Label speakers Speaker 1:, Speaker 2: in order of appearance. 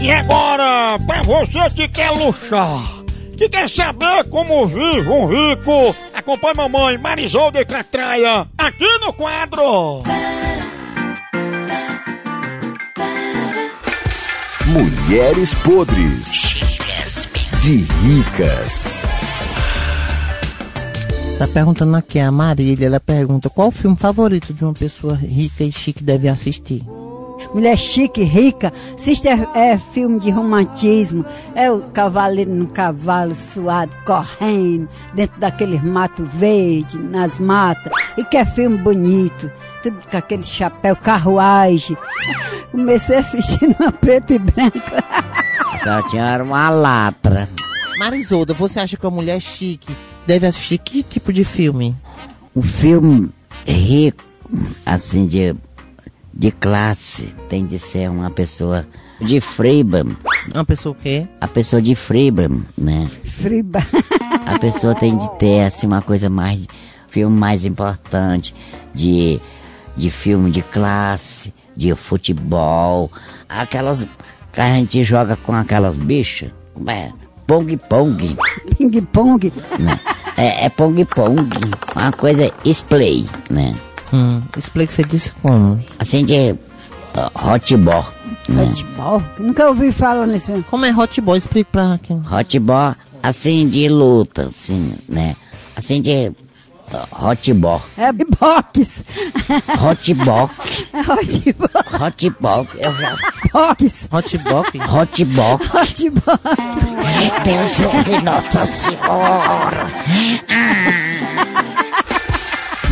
Speaker 1: E agora, pra você que quer luxar, que quer saber como vive um rico, acompanhe mamãe Marisolda e Catraia aqui no quadro.
Speaker 2: Mulheres podres de ricas.
Speaker 3: Tá perguntando aqui a Marília, ela pergunta qual o filme favorito de uma pessoa rica e chique deve assistir.
Speaker 4: Mulher chique, rica, assiste é, é filme de romantismo, é o cavaleiro no cavalo suado, correndo, dentro daqueles mato verde, nas matas, e que é filme bonito, tudo com aquele chapéu, carruagem. Comecei assistindo uma preta e branca.
Speaker 5: Só tinha uma latra.
Speaker 3: Marisolda, você acha que uma mulher chique deve assistir que tipo de filme?
Speaker 5: Um filme é rico, assim, de, de classe, tem de ser uma pessoa de freibam.
Speaker 3: Uma pessoa o quê?
Speaker 5: A pessoa de freibam, né?
Speaker 4: Friba.
Speaker 5: A pessoa tem de ter, assim, uma coisa mais, filme mais importante, de, de filme de classe, de futebol, aquelas que a gente joga com aquelas bichas, como é? Pong-pong.
Speaker 4: Ping-pong.
Speaker 5: né? É, é pong pong, uma coisa splay, né?
Speaker 3: Hum, explica você disse como.
Speaker 5: Assim de ó, hotball, né?
Speaker 4: Futebol? Nunca ouvi falar nesse filme.
Speaker 3: Como é hot boy? Explica pra aqui.
Speaker 5: Hotball, assim de luta, assim, né? Assim de ó, hotball,
Speaker 4: É box.
Speaker 5: hotball,
Speaker 4: É futebol.
Speaker 5: hotball, eu já
Speaker 4: Box.
Speaker 3: Hot box?
Speaker 5: hotball.
Speaker 4: Futebol.
Speaker 5: Deus ouve Nossa Senhora.